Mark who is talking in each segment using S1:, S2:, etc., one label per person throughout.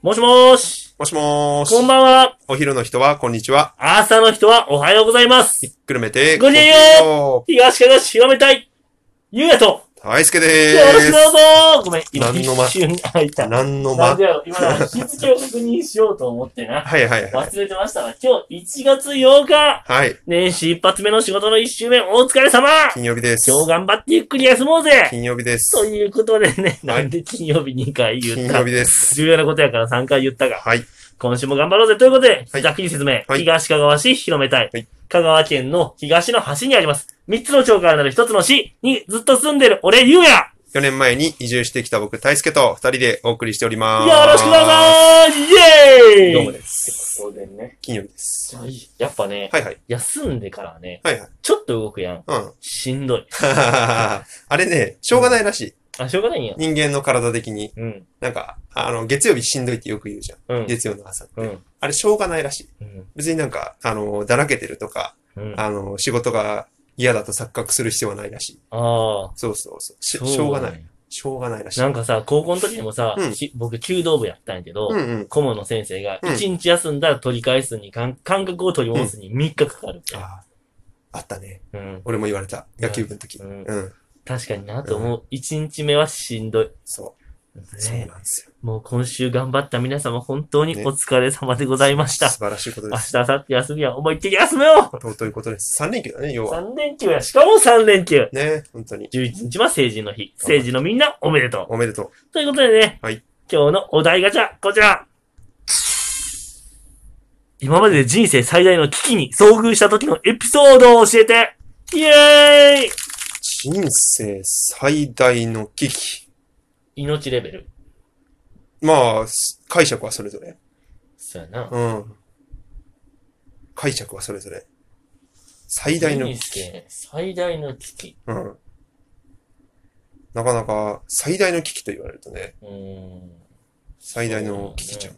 S1: もしもーし。
S2: もしもーし。
S1: こんばんは。
S2: お昼の人は、こんにちは。
S1: 朝の人はおはようございます。
S2: くるめて、
S1: ごきげんよ
S2: よ
S1: 東から広めたい。ゆうやと。
S2: う。大輔
S1: よろし
S2: で
S1: くど
S2: ー
S1: うぞーごめん、今
S2: 何の間
S1: 一瞬開い
S2: す。
S1: た。
S2: なんの
S1: なん
S2: 間
S1: でやろ今の日付を確認しようと思ってな。
S2: はいはいはい。
S1: 忘れてましたが、今日1月8日。
S2: はい。
S1: 年始一発目の仕事の1週目、お疲れ様
S2: 金曜日です。
S1: 今日頑張ってゆっくり休もうぜ
S2: 金曜日です
S1: と。いうことでね、
S2: は
S1: ないんで金曜日2回言
S2: 金
S1: った
S2: 曜日です。
S1: 重要なことやから3回言ったが。
S2: はい。
S1: 今週も頑張ろうぜということで、
S2: はい
S1: ざっくり説明。
S2: はい
S1: 東香川市広めたい,、
S2: はい
S1: 香川県の東の端にあります。三つの町からなる一つの市にずっと住んでる俺、ゆうや
S2: 4年前に移住してきた僕、大輔と2人でお送りしております。
S1: よろしくどうぞーイェーイ。
S2: どうもです
S1: ということでね。
S2: 金曜日です。
S1: やっぱね、
S2: はいはい。
S1: 休んでからね、
S2: はいはい。
S1: ちょっと動くやん。
S2: うん。
S1: しんどい。
S2: あれね、しょうがないらしい。
S1: あ、しょうがないんや。
S2: 人間の体的に。
S1: うん。
S2: なんか、あの、月曜日しんどいってよく言うじゃん。
S1: うん。
S2: 月曜の朝。
S1: うん。
S2: あれ、しょうがないらしい。
S1: うん。
S2: 別になんか、あの、だらけてるとか、
S1: うん、あ
S2: あの、仕事が嫌だと錯覚する必要はないらしい。
S1: あ
S2: そうそうそう。し
S1: ー。
S2: しょうがな
S1: そ
S2: い。
S1: んや。
S2: しょうがないらしい。
S1: なんかさ、高校の時にもさ、
S2: うん
S1: し僕、弓道部やったんやけど、
S2: うんうん。
S1: 顧問の先生が、
S2: うん
S1: 一日休んだら取り返すにかん、感覚を取り戻すに3日かかるって。
S2: ああ、あったね。
S1: うん。
S2: 俺も言われた。野球部の時。
S1: う
S2: うんん。
S1: 確かになと思う。一日目はしんどい。
S2: そう。そう
S1: ね
S2: なんですよ。
S1: もう今週頑張った皆様本当に
S2: ね
S1: お疲れ様でございました。
S2: 素晴らしいこと
S1: 明
S2: で
S1: 日、
S2: す。
S1: 明後日休みは思いっきり休めよ
S2: 尊いことです。3連休だね、要
S1: う
S2: は。
S1: !3 連休や、しかも3連休
S2: ね、本当に。
S1: !11 日は成人の日。成人のみんなおめでと
S2: おめでとう。
S1: うということでね、
S2: はい
S1: 今日のお題ガチャ、こちら今までで人生最大の危機に遭遇した時のエピソードを教えてイエーイ
S2: 人生最大の危機。
S1: 命レベル。
S2: まあ、す解釈はそれぞれ。
S1: そうやな。
S2: うん。解釈はそれぞれ。最大の危機。
S1: 人生最大の危機。
S2: うん。なかなか最大の危機と言われるとね、
S1: うーん。
S2: 最大の危機じゃん。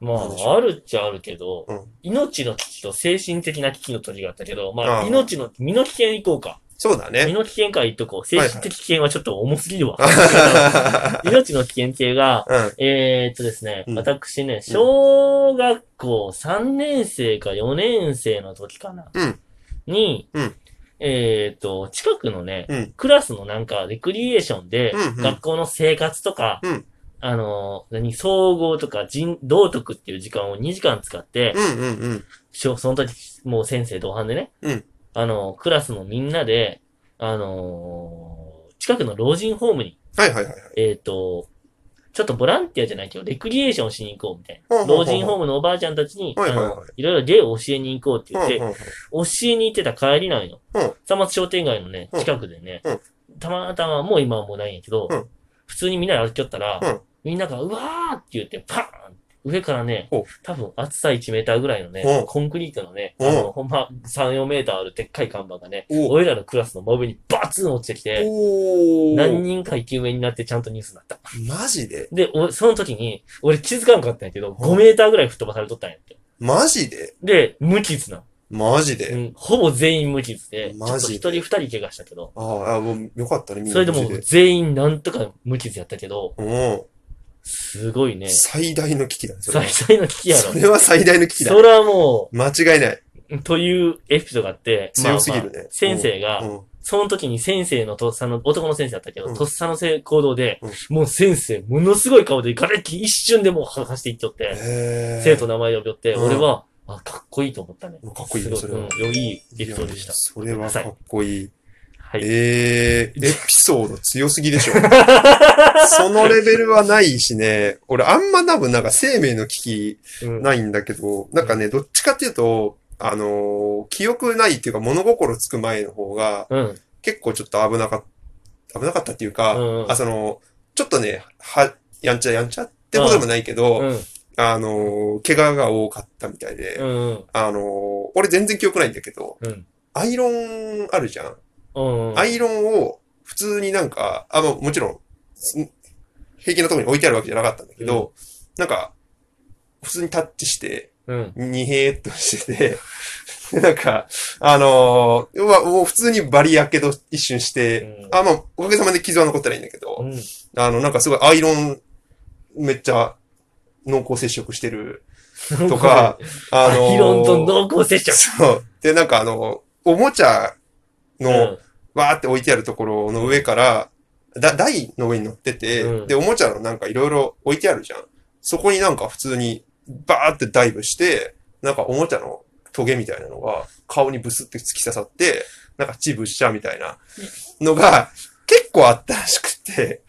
S1: ま
S2: なんでし
S1: あ、あるっちゃあるけど、
S2: うん
S1: 命の危機と精神的な危機の時があったけど、ま
S2: あ
S1: あ、
S2: あ
S1: 命の、身の危険行こうか。
S2: そうだ
S1: 身
S2: ね。
S1: の危険から言っとこう。精神的危険はちょっと重すぎ るわ。命の危険系が、
S2: うん。
S1: えー、っとですね、
S2: うん
S1: 私ね、小学校3年生か4年生の時かな。
S2: うん
S1: に、
S2: うん
S1: えー、っと、近くのね、
S2: うん
S1: クラスのなんか、レクリエーションで、
S2: うんうん
S1: 学校の生活とか、
S2: うん
S1: あの、何、総合とか人、道徳っていう時間を2時間使って、
S2: うんうんうん。
S1: しょその時、もう先生同伴でね、
S2: うん
S1: あの、クラスのみんなで、あのー近くの老人ホームに
S2: はいはいはいはい。
S1: えっ、と、ちょっとボランティアじゃないけど、レクリエーションしに行こうみたい
S2: ほ
S1: な。
S2: うほう
S1: 老
S2: ほう
S1: 人ホームのおばあちゃんたちに、
S2: はいはいはい
S1: あのいろいろ芸を教えに行こうって言って、
S2: うんうんうん
S1: 教えに行ってた帰りなんよ
S2: うん。
S1: さまつ商店街のね、
S2: うん
S1: 近くでね、
S2: うん
S1: たまたまもう今はもうないんやけど、
S2: うん
S1: 普通にみんなで歩きよったら、
S2: うん
S1: みんながうわーって言って、パーン上からね
S2: ほ、
S1: 多分厚さ1メーターぐらいのね
S2: うん、
S1: コンクリートのね、あ
S2: うん
S1: の、ほんま3、4メーターあるでっかい看板がね、
S2: おう
S1: 俺らのクラスの真上にバツン落ちてきて、
S2: お
S1: 何
S2: ー
S1: 人か生き埋めになってちゃんとニュースになった。
S2: マジで
S1: で、おその時に、俺気づかんかったんやけど、
S2: うん
S1: 5メーターぐらい吹っ飛ばされとったんやって。
S2: マジで
S1: で、無傷な
S2: マジ
S1: の。う
S2: で
S1: ん、ほぼ全員無傷で、ちょ
S2: マ
S1: っと
S2: ジで
S1: 一人二人怪我したけど、
S2: ああ、あもうよかったね、みんな。
S1: それで
S2: マ
S1: も
S2: ジ
S1: 全員なんとか無傷やったけど、
S2: う
S1: すごいね
S2: ん。。最大の危機だね、それ
S1: 最大
S2: は。
S1: の危機やろ
S2: そ。れは最大の危機だ
S1: そ。れはも
S2: 間違いない。
S1: う、というエピソードがあって、まあ
S2: 強すぎるね
S1: まあ先生
S2: う
S1: が、
S2: ん。
S1: その時に先生のとっさの、男の先生だったけど、
S2: うん
S1: とっさのせい行動で
S2: うん、
S1: もう先生、ものすごい顔でガレッキ一瞬でもう剥がしていっとって、
S2: へー
S1: 生徒の名前を呼び寄って、
S2: うん
S1: 俺は、あ、かっこいいと思ったね。
S2: かっこいいね
S1: すご
S2: それは
S1: うん良いエピソードでし
S2: い
S1: た
S2: や。それはかっこいい。
S1: はい。
S2: ええエピソード強すぎ でしょ。そのレベルはないしね。俺あんま多分なんか生命の危機
S1: うん
S2: ないんだけど、なんかね、どっちかっていうと、あのー記憶ないっていうか物心つく前の方が、
S1: うん。
S2: 結構ちょっと危なかった、危なかったっていうか、
S1: うんうん
S2: あ、その、ちょっとね、は、やんちゃやんちゃってことでもないけど、
S1: うん。
S2: あのー怪我が多かったみたいで、
S1: うん。
S2: あのー俺全然記憶ないんだけど、
S1: うん。
S2: アイロンあるじゃん。
S1: うん。
S2: アイロンを普通になんか、あ、まあもちろん、す平気なところに置いてあるわけじゃなかったんだけど、なんか、普通にタッチして、
S1: うん。
S2: にへーっとしてて、 でなんか、あのー、うわもう普通にバリやけど一瞬して、
S1: うん
S2: あ、まあ、おかげさまで傷は残ってないんだけど、
S1: うん。
S2: あの、なんかすごいアイロン、めっちゃ、濃厚接触してるとか、あ
S1: ア
S2: のー
S1: ヒロンと濃厚接触。
S2: そう。で、なんかあの、おもちゃ
S1: う
S2: の、
S1: ん
S2: わーって置いてあるところの上から、だ台の上に乗ってて、
S1: うん
S2: で、おもちゃのなんかいろいろ置いてあるじゃん。そこになんか普通にバーってダイブして、なんかおもちゃのトゲみたいなのが顔にブスって突き刺さって、なんかチブしちゃうみたいなのが結構あったらしくて、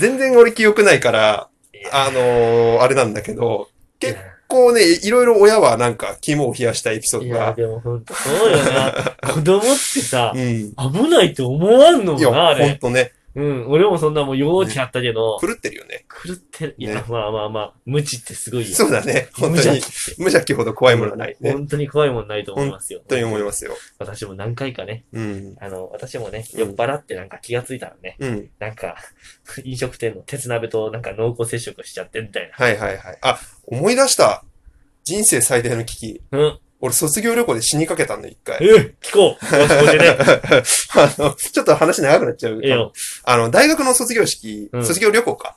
S2: 全然俺記憶ないから
S1: い、や
S2: あのーあれなんだけど、結構ね、いろいろ親はなんか肝を冷やしたエピソ
S1: い
S2: ード
S1: や、
S2: が。
S1: でもほんとそうよ な。子供ってさ
S2: う、ん。
S1: 危ないって思わんの
S2: い
S1: もな、あ
S2: や、ほん
S1: れ。
S2: とね、
S1: うん、俺もそんなもう幼稚だったけど、
S2: 狂ってるよね。
S1: 狂ってる。いや
S2: ね、
S1: まあまあまあ、無知ってすごいよ。
S2: そうだね。本
S1: 無
S2: 当
S1: 邪
S2: に
S1: 気。
S2: 無邪気ほど怖いものはないね。本
S1: 本当に怖いもんないと思いますよ。
S2: 当に思いますよ。
S1: 私も何回かね、
S2: うん。
S1: あの、私もね、
S2: うん
S1: 酔っ払ってなんか気がついたらね、
S2: うん。
S1: なんか、 飲食店の鉄鍋となんか濃厚接触しちゃってみたい
S2: はいはいはい。あ、思い出した。人生最大の危機。
S1: な。うん。
S2: 俺卒業旅行で死にかけたんだ、一回。
S1: え聞こうよし教えて
S2: あの、ちょっと話長くなっちゃう
S1: ええ。よ。
S2: あの、大学の卒業式、
S1: うん
S2: 卒業旅行か。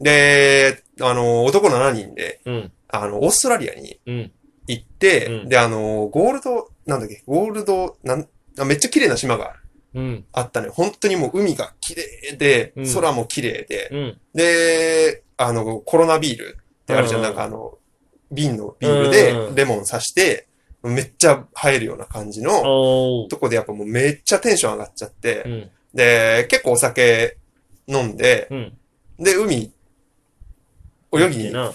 S2: で、あの、男7人で、
S1: うん、うん、
S2: あの、オーストラリアに
S1: うん。
S2: 行って、
S1: うん
S2: で、あの、ゴールド、なんだっけ、ゴールド、なん、あめっちゃ綺麗な島が
S1: うん、
S2: あったね。本当にもう海が綺麗で
S1: うん、
S2: 空も綺麗で、
S1: うん。
S2: で、あの、コロナビールってあるじゃん。
S1: うん
S2: なんかあの、瓶のビールで
S1: うん
S2: レモン刺して、めっちゃ入るような感じの
S1: おー。
S2: とこでやっぱもうめっちゃテンション上がっちゃって
S1: う、ん、
S2: で、結構お酒飲んで、
S1: うん。
S2: で、海、泳ぎに行っ
S1: な。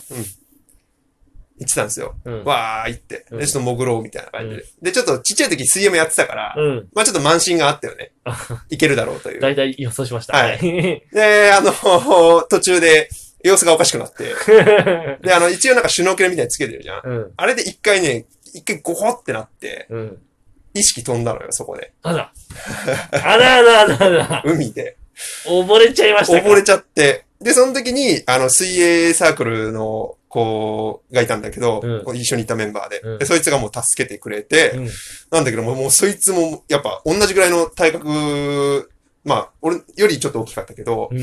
S2: てたんですよ。
S1: うん。
S2: わー行って。
S1: うん
S2: で、ちょっと潜ろうみたいな感じ
S1: うん
S2: で。で、ちょっとちっちゃい時水泳もやってたから、
S1: うん。
S2: まあちょっと慢心があったよね
S1: あ。
S2: いけるだろう という。
S1: だいたい予想しました。
S2: はい
S1: い。
S2: で、あの、 途中で様子がおかしくなって、で、あの、一応なんかシュノーケルみたいにつけてるじゃん。
S1: うん、
S2: あれで一回ね、一回ゴホってなって、
S1: うん。
S2: 意識飛んだのよ、そこで。
S1: あら。あらあらあらあら。
S2: 海で。
S1: 溺れちゃいましたか。
S2: 溺れちゃって。で、その時に、あの、水泳サークルの子がいたんだけど、
S1: うん
S2: こう一緒にいたメンバーで,、
S1: うん
S2: で。そいつがもう助けてくれて、
S1: うん
S2: なんだけども、もうそいつも、やっぱ同じぐらいの体格、まあ、俺よりちょっと大きかったけど、
S1: うん。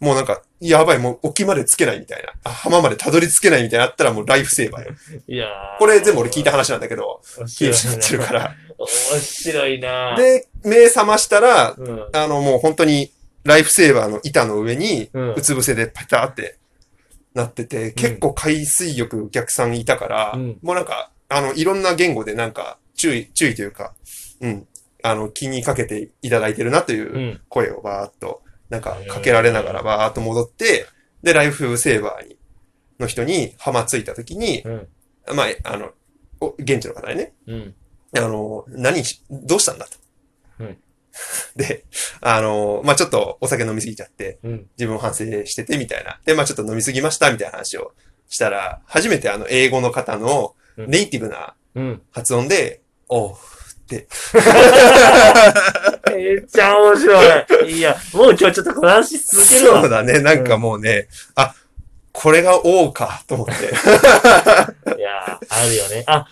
S2: もうなんか、やばい、もう沖までつけないみたいな。あ浜までたどり着けないみたいなあったらもうライフセーバーよ。
S1: いやー
S2: これ全部俺聞いた話なんだけど、
S1: 面
S2: 消
S1: 白
S2: え
S1: い
S2: ちゃってる
S1: な。
S2: から。
S1: 面白いな。
S2: で、目覚ましたら、
S1: うん、
S2: あの、もう本当に、ライフセーバーの板の上に、
S1: うん
S2: うつ伏せでパターってなってて、結構海水浴お客さんいたから、
S1: うん。
S2: もうなんか、あの、いろんな言語でなんか、注意、注意というか、うん、あの、気にかけていただいてるなといううん声をバーっと、なんか、かけられながらバーっと戻って、で、ライフセーバーに、の人に、浜ついた時に、
S1: うん。
S2: まあ、あの、お現地の方にね、
S1: うん。
S2: あの、何し、どうしたんだと。
S1: うん
S2: で、あの、まあ、ちょっとお酒飲みすぎちゃって、
S1: うん。
S2: 自分を反省しててみたいな。で、まあ、ちょっと飲みすぎましたみたいな話をしたら、初めてあの、英語の方の
S1: うん
S2: ネイティブな
S1: うん。
S2: 発音で、おう
S1: めっちゃ面白 い。いや、もう今日ちょっとこの話続ける
S2: そう
S1: わ。
S2: だね。なんかもうね、あ、これがおうか、と思って。
S1: いやーあるよね。あ、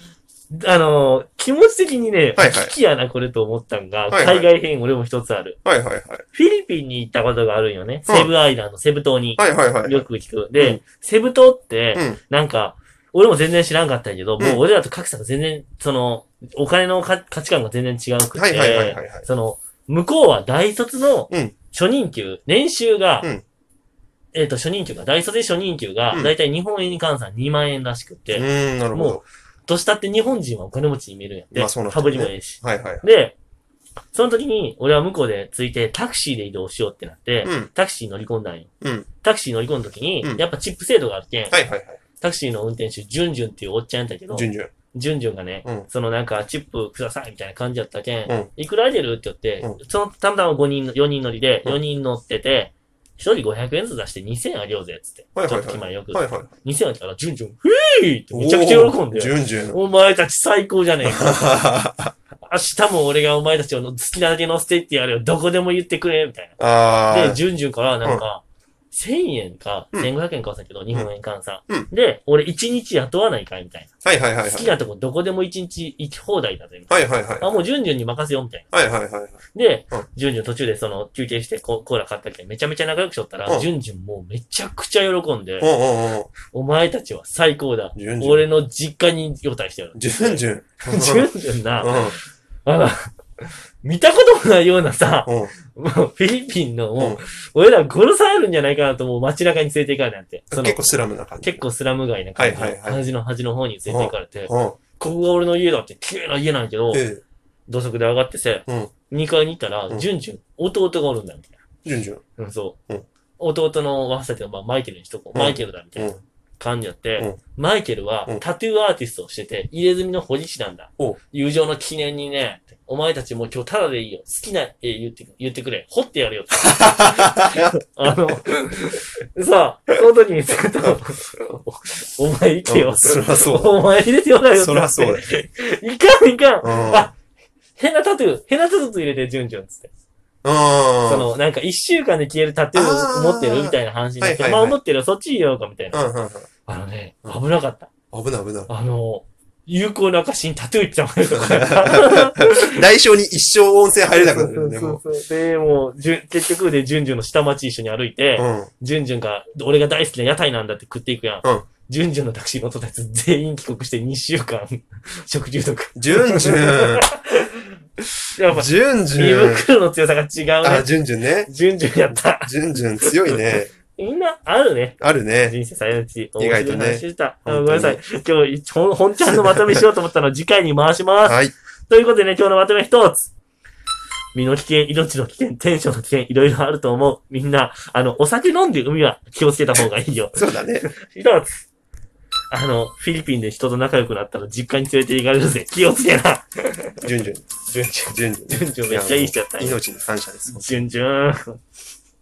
S1: あのー気持ち的にね、
S2: はいはい
S1: 危機やな、これと思ったんが、
S2: はいはい
S1: 海外編俺も一つある。
S2: はいはいはい。
S1: フィリピンに行ったことがあるんよね。セブアイランド、セブ島に。
S2: はいはいはい。
S1: よく聞く。で、セブ島って、
S2: うん
S1: なんか、俺も全然知らんかったんやけど、
S2: うん
S1: もう俺らと格差が全然、その、お金のか価値観が全然違うくて、
S2: はいはいはいはいはい
S1: その、向こうは大卒の
S2: うん
S1: 初任給、年収が、
S2: うん
S1: えっ、と、初任給が、大卒で初任給が
S2: う、ん
S1: だいたい日本円に換算2万円らしく
S2: う
S1: て、
S2: ーん、なるほど。
S1: どうしたって日本人はお金持ちに見えるんやって、
S2: まあそうなっちゃう
S1: 株
S2: ね
S1: にもええし。
S2: はいはい。
S1: で、その時に、俺は向こうで着いて、タクシーで移動しようってなって、
S2: うん、
S1: タクシーに乗り込んだんよ。
S2: うん。
S1: タクシー乗り込むときに、
S2: うん
S1: やっぱチップ制度があるけん、
S2: はいはいはい。
S1: タクシーの運転手、ジュンジュンっていうおっちゃんやったけど、
S2: 順々。
S1: ジュンジュンがね、
S2: うん
S1: そのなんかチップくださいみたいな感じやったけん、
S2: うん
S1: いくらあげるって言って、
S2: う
S1: そのたまたま5人の、4人乗りで、
S2: うん
S1: 4人乗ってて、1人500円ずつ出して2000あげようぜっつって、
S2: はい
S1: ち
S2: はい
S1: ょっ
S2: はい
S1: と気前よく、
S2: はいはい。
S1: 2000あげたら、ジュンジュン、ふぃーってめちゃくちゃ喜ん で、
S2: 順々。
S1: お前たち最高じゃねえか。明日も俺がお前たちを好きなだけ乗せてってやるよ。どこでも言ってくれ、みたいな。
S2: ああ。
S1: で、ジュンジュンからなんか、 1000円か、
S2: うん
S1: 1500円か忘れたけど、日本円換算。
S2: うん
S1: で、俺1日雇わないかいみたいな。
S2: はいはいはい
S1: 好
S2: は
S1: き
S2: い。
S1: なとこどこでも1日行き放題だぜ、みたい
S2: はいはいはい。
S1: な。あ、もう順々に任せよ、みたいな。
S2: はいはいはいはい。
S1: で、
S2: うん
S1: 順々途中でその休憩してココーラ買ったけど、めちゃめちゃ仲良くしとった
S2: う
S1: ら、
S2: ん
S1: 順々もうめちゃくちゃ喜んで、
S2: うんうんうん。
S1: お前たちは最高だ。
S2: 順々
S1: 俺の実家に予待してる。
S2: ジュンジュン。
S1: 順々な、
S2: う
S1: あの、見たこともないようなさ、
S2: ん。うん。
S1: もう フィリピンの、もう
S2: うん
S1: 俺ら殺されるんじゃないかなと、もう街中に連れて行かれたんて。その
S2: 結構スラムな感じ。
S1: 結構スラム街な感じの、
S2: はいはいはい
S1: 端の端の方に連れて行かれて、こ
S2: 構。
S1: こが俺の家だって、綺麗な家なんやけど
S2: うん。、え
S1: 土足で上がってせ、
S2: え。うん。
S1: 2階に行ったら、
S2: うん
S1: ジュンジュン、弟がおるんだ、みたい
S2: ジュンジュン。
S1: な。うん、そう。
S2: うん
S1: 弟のワッサキの、まあ、マイケルにしとこう。
S2: うん
S1: マイケルだ、みたいな
S2: うん
S1: 感じやって、
S2: うん
S1: マイケルは
S2: うん
S1: タトゥーアーティストをしてて、入れ墨の保持士なんだ
S2: お。
S1: 友情の記念にね、お前たちもう今日タダでいいよ。好きな絵言ってく言ってくれ。掘ってやる よ。あの、さあ、その時にずっと、お前行けよ。
S2: うんそら そうだ
S1: お前入れてもらうよ。
S2: そらそうだ。
S1: いかんいかん。
S2: うん
S1: あ、変なタトゥー、変なタトゥー入れて、ジュンジュンつって。
S2: うん。
S1: その、なんか一週間で消えるタトゥー持って
S2: あ
S1: る
S2: ー
S1: みたいな話になって、
S2: はいはい
S1: ま
S2: は
S1: あ
S2: い
S1: 思ってるよ、そっち入れようかみたいな。
S2: うんうんう
S1: あのね、危なかった。
S2: ん。危ない危ない。
S1: あの、有効な歌詞にタトゥーいっちゃうから
S2: 来生に一生音声入れなくなるよね、
S1: そ
S2: もう
S1: う。そうそうで、もう、じゅ結局で、ジュンジュンの下町一緒に歩いて、
S2: うん。
S1: ジュンジュンが、俺が大好きな屋台なんだって食っていくやん。
S2: うん
S1: ジュンジュンのタクシー乗ったやつ全員帰国して2週間、 食中毒。
S2: ジュンジュン。
S1: やっぱ、
S2: ジュンジ
S1: 胃
S2: ュン。
S1: 袋の強さが違う
S2: あ、
S1: ね。
S2: ジュンジュンね。
S1: ジュンジュンやった。
S2: ジュンジュン強いね。
S1: みんな、あるね。
S2: あるね。
S1: 人生最大値。
S2: 意外とね
S1: 面白い話でした。あごめん
S2: 本当に
S1: なさい。今日、ほん、本ちゃんのまとめしようと思ったのを次回に回します。
S2: はい。。
S1: ということでね、今日のまとめ一つ。身の危険、命の危険、テンションの危険、いろいろあると思う。みんな、あの、お酒飲んで海は気をつけた方がいいよ
S2: そうだね。
S1: 一つ。あの、フィリピンで人と仲良くなったら実家に連れて行かれるぜ。気をつけな。
S2: ジュンジュン。
S1: 順調。
S2: ジュンジュン。
S1: 順調めっちゃいい人やったね
S2: やもう命に感謝です。
S1: 順々。